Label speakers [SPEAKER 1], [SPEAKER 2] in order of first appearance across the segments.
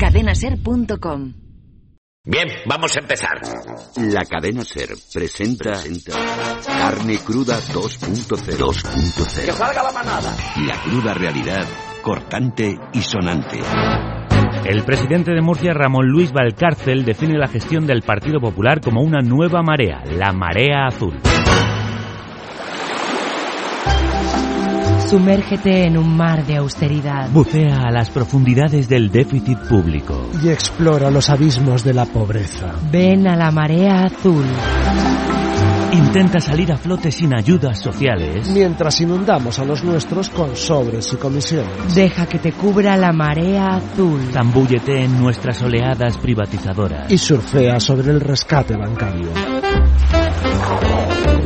[SPEAKER 1] Cadenaser.com
[SPEAKER 2] Bien, vamos a empezar.
[SPEAKER 3] La cadena Ser presenta, Carne Cruda 2.0. 2.0.
[SPEAKER 4] ¡Que salga la manada!
[SPEAKER 3] La cruda realidad, cortante y sonante.
[SPEAKER 5] El presidente de Murcia, Ramón Luis Valcárcel, define la gestión del Partido Popular como una nueva marea, la marea azul.
[SPEAKER 6] Sumérgete en un mar de austeridad.
[SPEAKER 5] Bucea a las profundidades del déficit público.
[SPEAKER 7] Y explora los abismos de la pobreza.
[SPEAKER 6] Ven a la marea azul.
[SPEAKER 5] Intenta salir a flote sin ayudas sociales.
[SPEAKER 7] Mientras inundamos a los nuestros con sobres y comisiones.
[SPEAKER 6] Deja que te cubra la marea azul.
[SPEAKER 5] Zambúllete en nuestras oleadas privatizadoras.
[SPEAKER 7] Y surfea sobre el rescate bancario.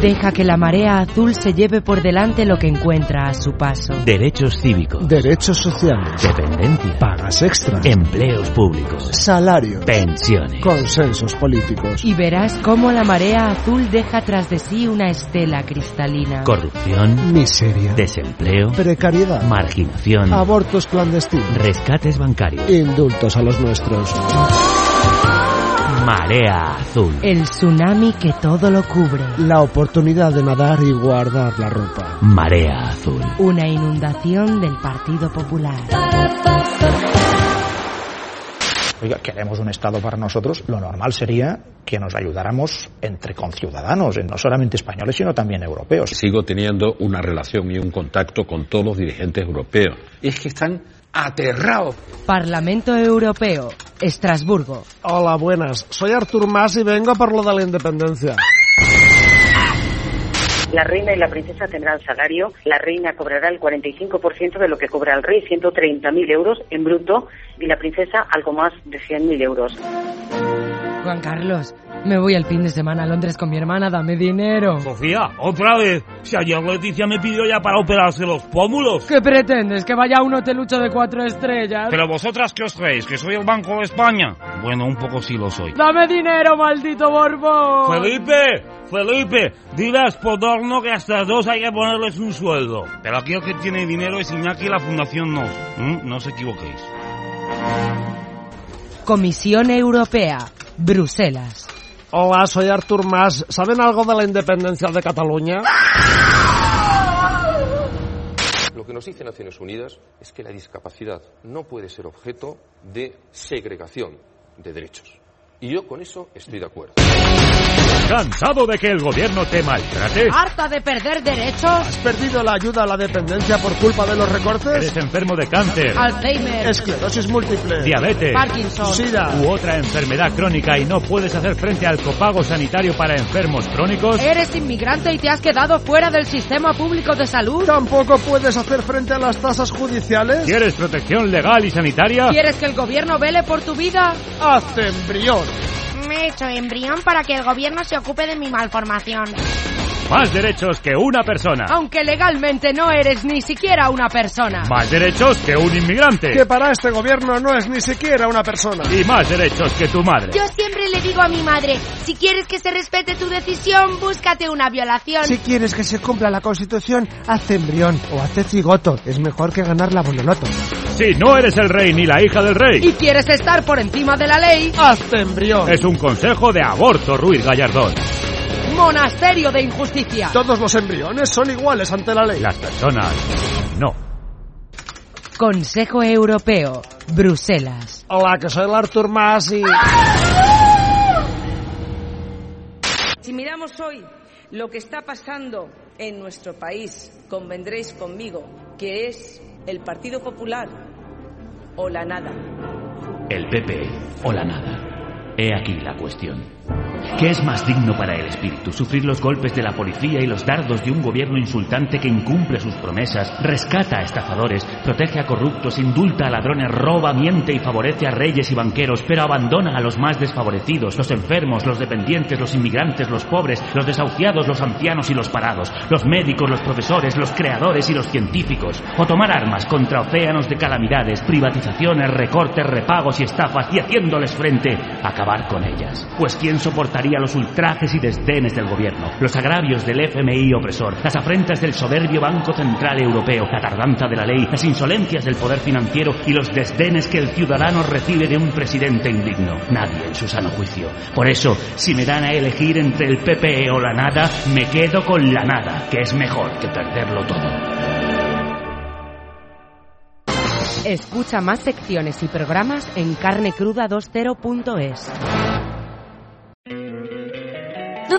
[SPEAKER 6] Deja que la marea azul se lleve por delante lo que encuentra a su paso.
[SPEAKER 5] Derechos cívicos.
[SPEAKER 7] Derechos sociales.
[SPEAKER 5] Dependencia.
[SPEAKER 7] Pagas extras.
[SPEAKER 5] Empleos públicos.
[SPEAKER 7] Salarios.
[SPEAKER 5] Pensiones.
[SPEAKER 7] Consensos políticos.
[SPEAKER 6] Y verás cómo la marea azul deja tras de sí una estela cristalina.
[SPEAKER 5] Corrupción.
[SPEAKER 7] Miseria.
[SPEAKER 5] Desempleo.
[SPEAKER 7] Precariedad.
[SPEAKER 5] Marginación.
[SPEAKER 7] Abortos clandestinos.
[SPEAKER 5] Rescates bancarios.
[SPEAKER 7] Indultos a los nuestros.
[SPEAKER 5] Marea Azul.
[SPEAKER 6] El tsunami que todo lo cubre.
[SPEAKER 7] La oportunidad de nadar y guardar la ropa.
[SPEAKER 5] Marea Azul.
[SPEAKER 6] Una inundación del Partido Popular.
[SPEAKER 8] Oiga, queremos un Estado para nosotros. Lo normal sería que nos ayudáramos entre conciudadanos, no solamente españoles, sino también europeos.
[SPEAKER 9] Sigo teniendo una relación y un contacto con todos los dirigentes europeos. Es que están aterrado.
[SPEAKER 6] Parlamento Europeo, Estrasburgo.
[SPEAKER 7] Hola, buenas. Soy Artur Mas y vengo por lo de la independencia.
[SPEAKER 10] La reina y la princesa tendrán salario. La reina cobrará el 45% de lo que cobra el rey, 130.000 euros en bruto, y la princesa algo más de 100.000 euros.
[SPEAKER 6] Juan Carlos, me voy el fin de semana a Londres con mi hermana, dame dinero.
[SPEAKER 11] Sofía, otra vez. Si ayer Leticia me pidió ya para operarse los pómulos.
[SPEAKER 6] ¿Qué pretendes? ¿Que vaya a un hotelucho de cuatro estrellas?
[SPEAKER 11] Pero vosotras, ¿qué os creéis? ¿Que soy el Banco de España? Bueno, un poco sí lo soy.
[SPEAKER 6] ¡Dame dinero, maldito Borbón!
[SPEAKER 11] ¡Felipe! Felipe, dile a Spodorno que hasta dos hay que ponerles un sueldo. Pero aquel que tiene dinero es Iñaki y la Fundación NOS. ¿Mm? No os equivoquéis.
[SPEAKER 6] Comisión Europea, Bruselas.
[SPEAKER 7] Hola, soy Artur Mas. ¿Saben algo de la independencia de Cataluña?
[SPEAKER 12] Lo que nos dice Naciones Unidas es que la discapacidad no puede ser objeto de segregación de derechos. Y yo con eso estoy de acuerdo.
[SPEAKER 13] ¿Cansado de que el gobierno te maltrate?
[SPEAKER 6] ¿Harta de perder derechos?
[SPEAKER 7] ¿Has perdido la ayuda a la dependencia por culpa de los recortes?
[SPEAKER 13] ¿Eres enfermo de cáncer?
[SPEAKER 6] Alzheimer.
[SPEAKER 7] Esclerosis múltiple.
[SPEAKER 13] Diabetes.
[SPEAKER 6] Parkinson.
[SPEAKER 7] Sida.
[SPEAKER 13] ¿U otra enfermedad crónica y no puedes hacer frente al copago sanitario para enfermos crónicos?
[SPEAKER 6] ¿Eres inmigrante y te has quedado fuera del sistema público de salud?
[SPEAKER 7] ¿Tampoco puedes hacer frente a las tasas judiciales?
[SPEAKER 13] ¿Quieres protección legal y sanitaria?
[SPEAKER 6] ¿Quieres que el gobierno vele por tu vida?
[SPEAKER 7] Hazte embrión
[SPEAKER 14] me he hecho embrión para que el gobierno se ocupe de mi malformación.
[SPEAKER 13] Más derechos que una persona.
[SPEAKER 6] Aunque legalmente no eres ni siquiera una persona.
[SPEAKER 13] Más derechos que un inmigrante.
[SPEAKER 7] Que para este gobierno no es ni siquiera una persona.
[SPEAKER 13] Y más derechos que tu madre.
[SPEAKER 14] Yo siempre le digo a mi madre, si quieres que se respete tu decisión, búscate una violación.
[SPEAKER 7] Si quieres que se cumpla la constitución, haz embrión o haz cigoto. Es mejor que ganar la bonoloto.
[SPEAKER 13] Si no eres el rey ni la hija del rey.
[SPEAKER 6] Y quieres estar por encima de la ley.
[SPEAKER 7] Hazte embrión.
[SPEAKER 13] Es un consejo de aborto, Ruiz Gallardón.
[SPEAKER 6] Monasterio de Injusticia.
[SPEAKER 7] Todos los embriones son iguales ante la ley.
[SPEAKER 13] Las personas no.
[SPEAKER 6] Consejo Europeo, Bruselas.
[SPEAKER 7] Hola, que soy el Artur Mas y...
[SPEAKER 15] Si miramos hoy lo que está pasando en nuestro país, convendréis conmigo que es el Partido Popular o la nada.
[SPEAKER 16] El PP o la nada. He aquí la cuestión.
[SPEAKER 5] ¿Qué es más digno para el espíritu? ¿Sufrir los golpes de la policía y los dardos de un gobierno insultante que incumple sus promesas, rescata a estafadores, protege a corruptos, indulta a ladrones, roba, miente y favorece a reyes y banqueros, pero abandona a los más desfavorecidos, los enfermos, los dependientes, los inmigrantes, los pobres, los desahuciados, los ancianos y los parados, los médicos, los profesores, los creadores y los científicos? ¿O tomar armas contra océanos de calamidades, privatizaciones, recortes, repagos y estafas y haciéndoles frente, acabar con ellas? Pues ¿quién soportaría los ultrajes y desdenes del gobierno, los agravios del FMI opresor, las afrentas del soberbio Banco Central Europeo, la tardanza de la ley, las insolencias del poder financiero y los desdenes que el ciudadano recibe de un presidente indigno. Nadie en su sano juicio. Por eso, si me dan a elegir entre el PPE o la nada, me quedo con la nada, que es mejor que perderlo todo.
[SPEAKER 4] Escucha más secciones y programas en carnecruda20.es.
[SPEAKER 16] ¿No